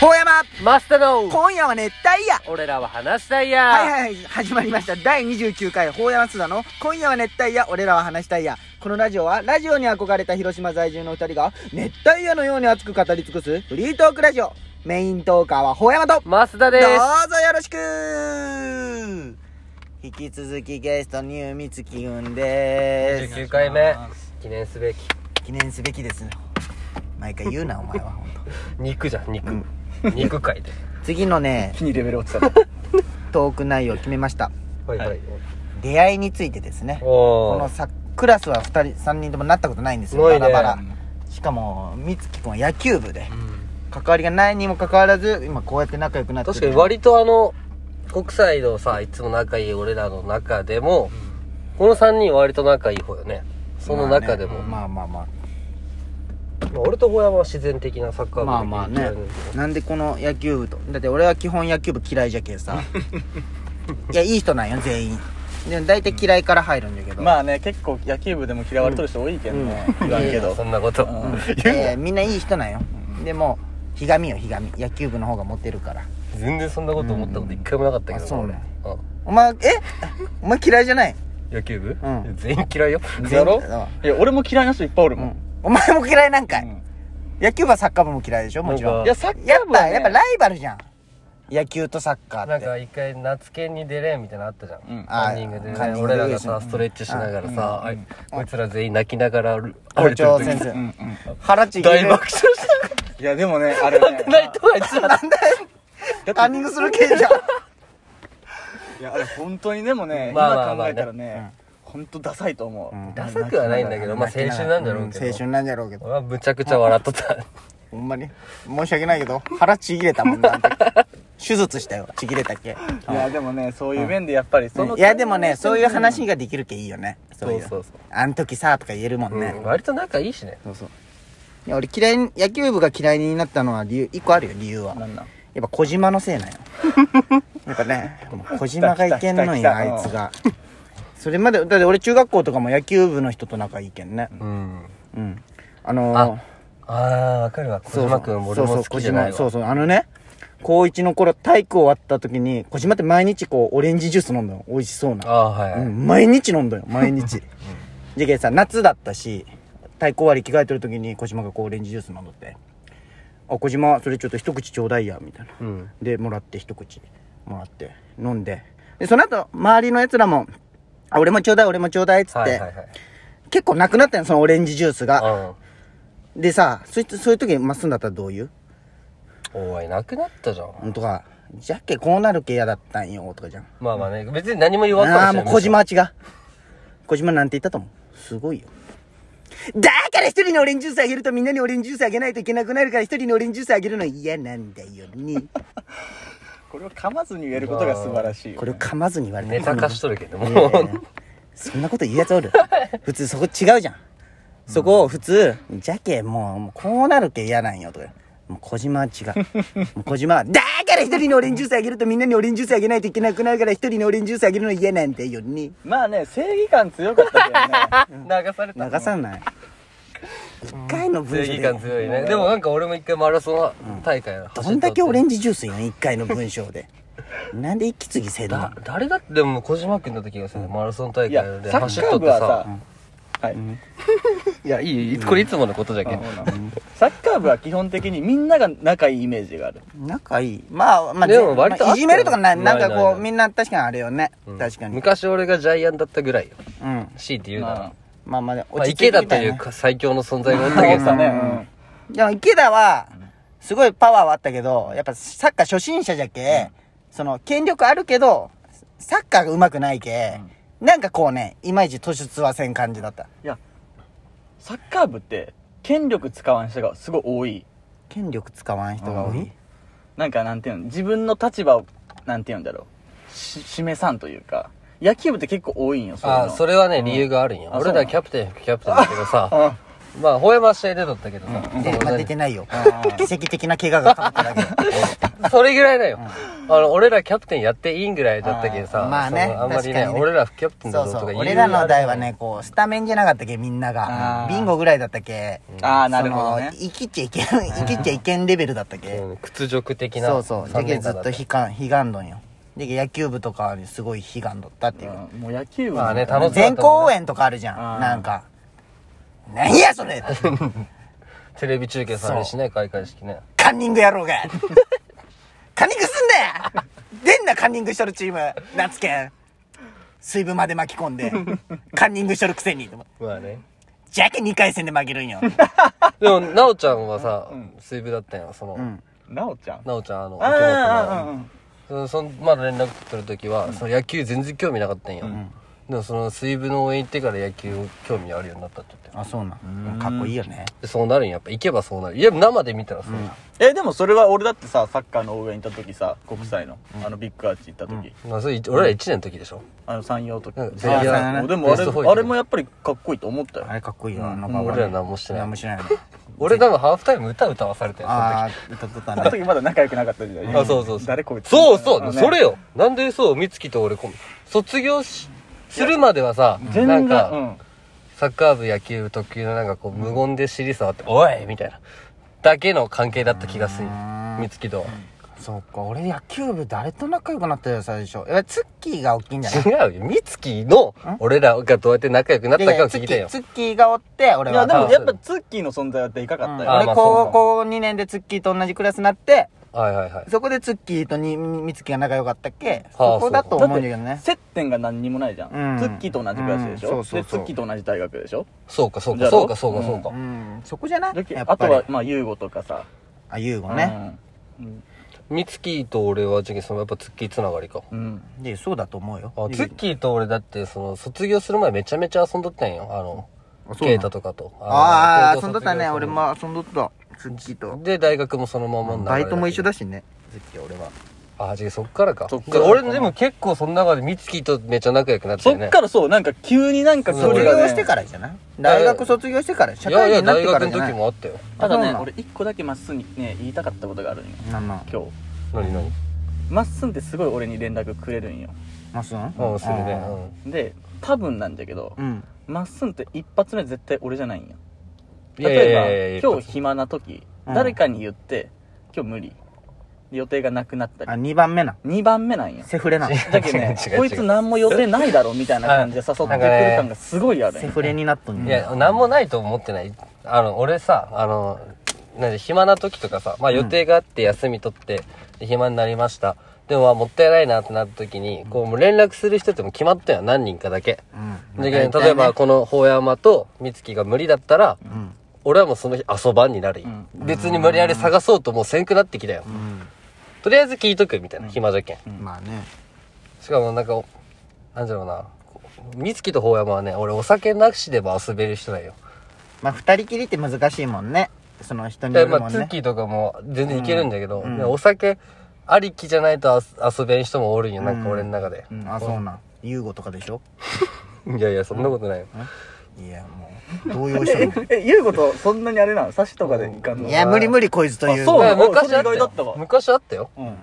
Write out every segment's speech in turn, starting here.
ほうやまマスタの今夜は熱帯夜俺らは話したいや、はいはいはい、始まりました。第29回、ほうやますだの、今夜は熱帯夜、俺らは話したいや。このラジオは、ラジオに憧れた広島在住の二人が、熱帯夜のように熱く語り尽くす、フリートークラジオ。メイントーカーは、ほうやまと、どうマスタぞですよろしく引き続きゲスト、ニューミツキウンで29回目記念すべきす。記念すべきです。毎回言うな、お前は、ほんと。肉じゃん肉、肉会 で次のね、 気にレベル落ちたトーク内容決めました。はいはい、出会いについてですね。こおのーさクラスは2人3人ともなったことないんですよないねバラバラしかも美月君は野球部で関わりがないにもかかわらず今こうやって仲良くなって確かに割とあの国際のさいつも仲いい俺らの中でも、この3人割と仲いい方よねその中でも、ままあまあまあ俺と小山は自然的なサッカあー部まあまあねなんでこの野球部とだって俺は基本野球部嫌いじゃけえ さいやいい人なんよ全員でも大体嫌いから入るんだけどまあね結構野球部でも嫌われとる人多いけどね、言わんけどそんなこと、えーみんないい人なんよでもひがみよひがみ野球部の方がモテるから 全然そんなこと思ったこと一回もなかったけど、あそうね俺うんお前えお前嫌いじゃない野球部、うん全員嫌いよやろ全員ういや俺も嫌いな人いっぱいおるうもん、んお前も嫌いなんかい、うん野球部はサッカー部も嫌いでしょもちろんなんいやサッやカーっ部ぱ、は、ね、やっぱライバルじゃん野球とサッカーなっんてか一回夏県に出れんみたいなのあったじゃん、うんカンニングであねーカンニング俺らでがすねさストレッチしながらさ、うんあいこいつら全員泣きながら歩校いてる長時先生、うんうん腹ちぎ大れ爆笑したいやで もねあれね泣いとあいつらカンニングする系じゃんいやあれ本当にでもね、まあまあ今考えたらね、まあまあね本当ダサいと思う、うんダサくはないんだけどまあ青春なんだろうけど、ん青春なんだろうけど俺はむちゃくちゃ笑っ とったほんまに申し訳ないけど腹ちぎれたもんなあ の時手術したよちぎれたっけいやでもねそういう面でやっぱりその、いやでもねそういう話ができるけいいよねそういうそうそうそうあん時さとか言えるもんね、うん割と仲いいしねそうそういや俺嫌いに野球部が嫌いになったのは理由一個あるよ理由はなんなんやっぱ小島のせい なんよやっぱね小島がいけんの来よた来あたいつがそれまでだって俺中学校とかも野球部の人と仲いいけんねうんうんあのーああーわかるわ小島君俺も好きじゃないわそうそう小島そうそうあのね高一の頃体育終わった時に小島って毎日こうオレンジジュース飲んだの美味しそうな、あーはい、うん、毎日飲んだよ毎日、じゃけさ夏だったし体育終わり着替えてる時に小島がこうオレンジジュース飲んどって「あ小島それちょっと一口ちょうだいや」みたいな、うんでもらって一口もらって飲んででその後周りのやつらも「あ俺もちょうだい俺もちょうだい」っつって、はいはいはい結構なくなったんよそのオレンジジュースがうんでさそいつそういう時まっすんだったらどう言うおいなくなったじゃん、とか「じゃっけこうなるけ嫌だったんよ」とかじゃんまあまあね別に何も言わんあかあももうしれない小島は違う小島なんて言ったと思うすごいよだから一人にオレンジジュースあげるとみんなにオレンジジュースあげないといけなくなるから一人にオレンジジュースあげるの嫌なんだよねこれを噛まずに言えることが素晴らしいよね、これを噛まずに言われてネタ化しとるけども、そんなこと言うやつおる普通そこ違うじゃん。そこを普通、じゃけ、もう、もうこうなるけ嫌なんよ、とか。もう小島は違う。もう小島は、だから一人にオレンジジュースあげるとみんなにオレンジジュースあげないといけなくなるから一人にオレンジジュースあげるの嫌なんだよね。まあね正義感強かったけ ど ね流され流さない。一回の文正章義で感。強いねでもなんか俺も一回マラソン大会のどんだけオレンンジジュースよ、一回の文章で。なんで息継ぎせんのだ誰だってでも小島君の時がさマラソン大いや会でサ走ッっカとーっ部てはささはい、いやいいいつこれいつものことじゃけんサッカー部は基本的にみんなが仲いいイメージがある仲いい。まあ、まあ、でも割とまあいじめるとかない。なないんかないこなう、いみんな確かにあれよね。うん確かに。昔俺がジャイアンだったぐらいようん。強いて言うならまあまあでもまあ落ち着いて池田きとたよいねうか最強の存在がおったけどそうね、さうんでも池田は、すごいパワーはあったけど、やっぱサッカー初心者じゃけ、その、権力あるけど、サッカーが上手くないけ、なんかこうね、いまいち突出はせん感じだった。いやサッカー部って権力使わん人がすごい多い権力使わん人が多い。なんかなんていうの自分の立場をなんていうんだろうし示さんというか野球部って結構多いんよそういうあのそれはね理由があるんよあ俺そうならのキャプテン副キャプテンだけどさあまあ、ほえま試合出とったけどさ。で、まあ、出てないよー。奇跡的な怪我がかかっただけ。 それぐらいだよ。あの、俺らキャプテンやっていいんぐらいだったけどさ。まあねそのあんまり確ね、かにね俺らキャプテンそだうぞとそかう言。う俺らの代は。ね、こう、スタメンじゃなかったっけ、みんなあが。ービンゴぐらいだったっけ。あーなるほどねその生きちゃいけん、生きちゃいけんレベルだったっけ。うん屈辱的な。そうそう。だけどずっとひ悲観、悲願どんよ。で、野球部とかにすごい悲願だったっていう。もう野球部まあね楽し全校応援とかあるじゃあん。ーなんか。なんやそれテレビ中継されるしね、開会式ね。カンニング野郎が カンニングすんなよ出んなカンニングしとるチーム夏健水分まで巻き込んでカンニングしとるくせにまあね。じゃけ2回戦で負けるんよでも、なおちゃんはさ、水分だったよ、その。なおちゃんなおちゃん、あの、あ沖縄とあのうんうんそそのまだ連絡取る時は、その野球全然興味なかったんよ、でもその水分の応援行ってから野球興味あるようになったって言っ てあそうなんかっこいいよねでそうなるんややっぱ行けばそうなるいや生で見たらそうなえでもそれは俺だってさサッカーの応援行った時さ国際のあのビッグアーチ行った時る、まあ、それい俺ら1年の時でしょ、あの山陽とかうんいやいやもうでもあベれスト4行くあれもやっぱりかっこいいと思ったよあれかっこいいよあの俺ら何もしてない何もしないよね俺多分ハーフタイム歌歌わされたよその 時ああ歌っとったあ のね時まだ仲良くなかった時代あ、そうそうそう。誰こいつそうそう、あのねそれよ。なんでそう、美月と俺、こ卒業し、するまではさ、全なん然か、うんサッカー部野球部特有のなんかこう、無言で尻触って、おいみたいな、だけの関係だった気がするん。美月とは。そっか俺野球部誰と仲良くなったよ最初いやツッキーが大きいんじゃない違うよ。美月の、俺らがどうやって仲良 くなったいかやいやをツ聞ッきキたいよー。ツッキーがおって俺いはやでもあやっぱツッキーの存在はでかかったうんよねあ俺まあそう高か校2年でツッキーと同じクラスになってはいはいはい。そこでツッキーとにみつきが仲良かったっけはあそこだと思うんだけどね接点が何にもないじゃん、うんツッキーと同じクラスでしょ、うんそうそうそうでツッキーと同じ大学でしょそうかそうじゃか、あそうかそうかそううか。んそこじゃないだっけやあっとぱりはまあ優吾とかさあ優吾ね、うん美月と俺は、じゃあそのやっぱツッキーつながりか。うんでそうだと思うよあツッキーと俺だってその卒業する前めちゃめちゃ遊んどったんよあのあそうなのケイタとかとああの遊んどったね高校卒俺業するも遊んどったツッキーとで大学もそのまま流れバイトも一緒だしねツッキー俺はあじゃあそっからかそっから俺でも結構その中で美月とめちゃ仲良くなったそよねっからそうなんか急になんかそ距卒れが離が、ね、業してからじゃない大学卒業してから社いや会いや人になっ大てから学のじゃな時いもあったよただそうなねの俺一個だけまっすんにね言いたかったことがあるんよなんなん今日何何まっすんってすごい俺に連絡くれるんよマスンうんするねで多分なんだけどうんまっすんって一発目絶対俺じゃないんようんいやいやい例やいやえば今日暇な時うん誰かに言って今日無理で予定がなくなったあり2番目な2番目なんよセフ レなだけどね違う違う違うこいつ何も予定ないだろみたいな感じで誘ってくる感がすごいあるんセよフレになっとんいねや何もないと思ってないあの俺さあのなんで暇な時とかさ、まあ、予定があって休み取って、で暇になりましたでもまあもったいないなってなった時にこうもう連絡する人ってもう決まったよ何人かだけ、うんで大体ね例えばこの法山と美月が無理だったら、俺はもうその日遊ばんになる、別に無理やり探そうともうせんくなってきたよ、とりあえず聞いとくみたいな、暇じゃけんうんまあねしかもなんかなんだろうなこう美月と法山はね俺お酒なしでも遊べる人だよまあ二人きりって難しいもんねその人にでよるまもあ、んツねッキーとかも全然いけるんだけど、ねお酒ありきじゃないとあ遊べん人もおるんよ、なんか俺の中で。うんあそうなん優吾とかでしょいやいや、そんなことないよ。いやもう動揺して る え優吾とそんなにあれなのサシとかでいかんのいや無理無理こいつというあそうだから昔あったそれ意外だよったわ昔あったよ。うんうんも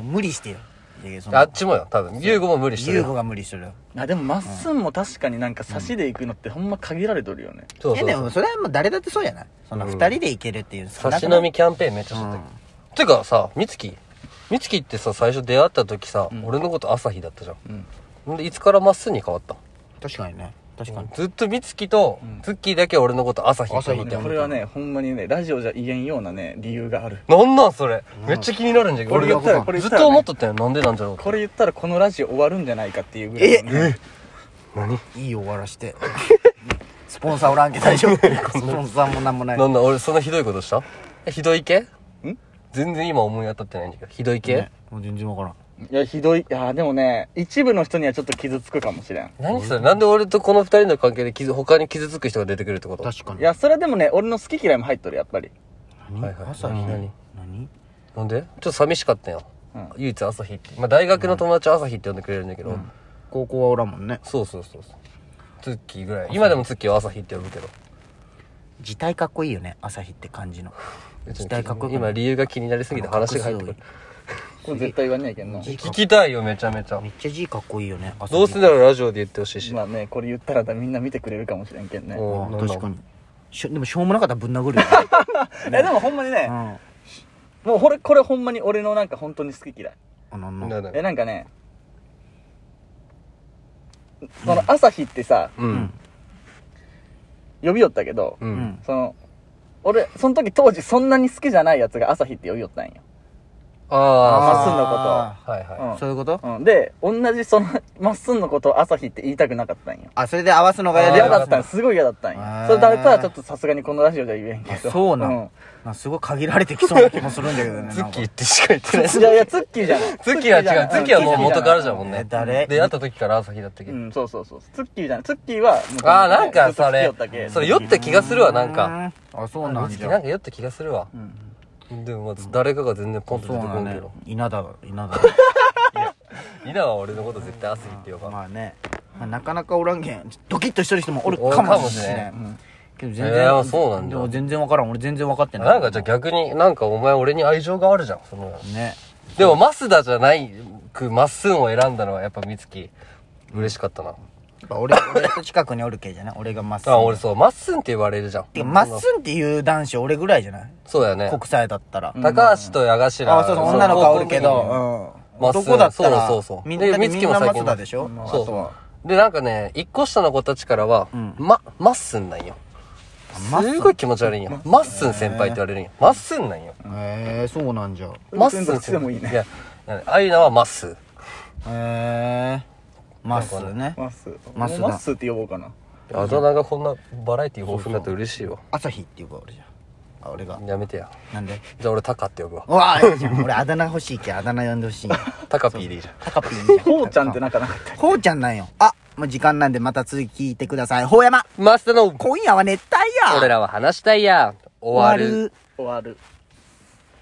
う無理してよいやそのあっちもよ、多分。ユーゴも無理してる優よ。吾が無理してるよあでもまっすんも確かになんか差しで行くのってほんま限られとるよねそういやそうでそう。もそれはもう誰だってそうじゃないその二人でいけるっていう差し飲みキャンペーンめっちゃしとったよ。てかさ、美月美月ってさ、最初出会った時さ、俺のこと朝日だったじゃん。ほんで、いつからまっすぐに変わった確かにね確かにずっと美月と、ツッキーだけ俺のこと朝日って言ってこれはねほんまにねラジオじゃ言えんようなね理由があるなんなんそれめっちゃ気になるんじゃけど。これ言ったらこ俺れず言っったらとね思っとったよ。なんでなんじゃろうってこれ言ったらこのラジオ終わるんじゃないかっていうぐらいのねいいよ終わらしてスポンサーおらんけ大 丈夫スポンサーもなんもないなんだ俺そんなひどいことしたえひどい系ん全然今思い当たってないんだけどひどい系、ねもう全然わからんいやひどいいやでもね一部の人にはちょっと傷つくかもしれん何それなんで俺とこの二人の関係で傷他に傷つく人が出てくるってこと確かいにやそれはでもね俺の好き嫌いも入っとるやっぱり何はいはい朝日何何なんでちょっと寂しかったよ、うん唯一朝日って、まあ、大学の友達は朝日って呼んでくれるんだけど、高校はおらんもんねそうそうそうそうツッキーぐらい今でもツッキーは朝日って呼ぶけど自体かっこいいよね朝日って感じの自体かっこよくな今い理由が気になりすぎて話が入ってくるこれ絶対言わねえけんのい聞きたいよめちゃめちゃめっちゃ G かっこいいよね朝日どうせならラジオで言ってほしいし、まあねこれ言ったらみんな見てくれるかもしれんけんねうんああなんだ確かにしょでもしょうもなかったらぶん殴るよ、 えでもほんまにねね、もうこれこれほんまに俺のなんか本当に好き嫌いうんあのななんだえなんかねその朝日ってさうん呼びよったけどううんんその俺その時当時そんなに好きじゃないやつが朝日って呼びよったんよああまっすんのことーはいはい、うんそういうこと、うん、で同じそのまっすんのことを朝日って言いたくなかったんよあそれで合わすのがあー嫌嫌だだったんすごい嫌だったんあーよそれ誰かはちょっとさすがにこのラジオじゃ言えんけどあそうなんんなんかすごい限られてきそうな気もするんだけどね ツッキなんーっかてしか言ってないいやいやツッキーじゃない ツッキーは違うじゃないツッキーはもう元からじゃんもんえね誰出会った時から朝日だったけうど、んそうそうそうツッキーじゃないツッキーはもうああなんずかっとそ好きれよったけそれ酔った気がするわなんかあそうなんじなゃんか酔った気がするわうんでもまず誰かが全然ポンとそ出うてこなんんけだねど稲田が稲田リナは俺のこと絶対朝日って呼がばんまあね、まあ、なかなかおらんけんドキッとしてる人もおるかもしれおるなかい、もうんけど全えーそうなんでだも全然わからん俺全然わかってないなんかじゃあ逆になんかお前俺に愛情があるじゃんそのねでもマスダじゃないくまっすんを選んだのはやっぱ美月嬉しかったなやっぱ 俺俺と近くにおるけじゃない俺がまっすあ俺んそうまっすんって言われるじゃんてかまっすんっていう男子俺ぐらいじゃないそうだよね国際だったら、高橋と矢頭あそうそう女の子はおるけど、うん、まっすん男だったらそうそうそうみんでなみ美ん月もな最マ近ツダでしょうんそうあとはそうでなんかね一個下の子たちからは、んままっすんなんよマッスンすごい気持ち悪いんよまっすん先輩って言われるんよまっすんなんよへえそうなんじゃへまっすんどっちでもいいねいやアイナはまっすーえまっすーねマッスマッスだマッスって呼ぼうかなあだ名がこんなバラエティ豊富になって嬉しいわ朝日って呼ぶわ俺じゃあ俺がやめてやなんでじゃあ俺タカって呼ぶわうわあいいじゃん俺あだ名欲しいけどあだ名呼んでほしいんよタカピーでいいじゃんタカピーいいじゃんこうちゃんってなんかな かったほうちゃんなんよあもう時間なんでまた次聞いてくださいほうやまマスターの今夜は熱帯夜俺らは話したいや終わる終わる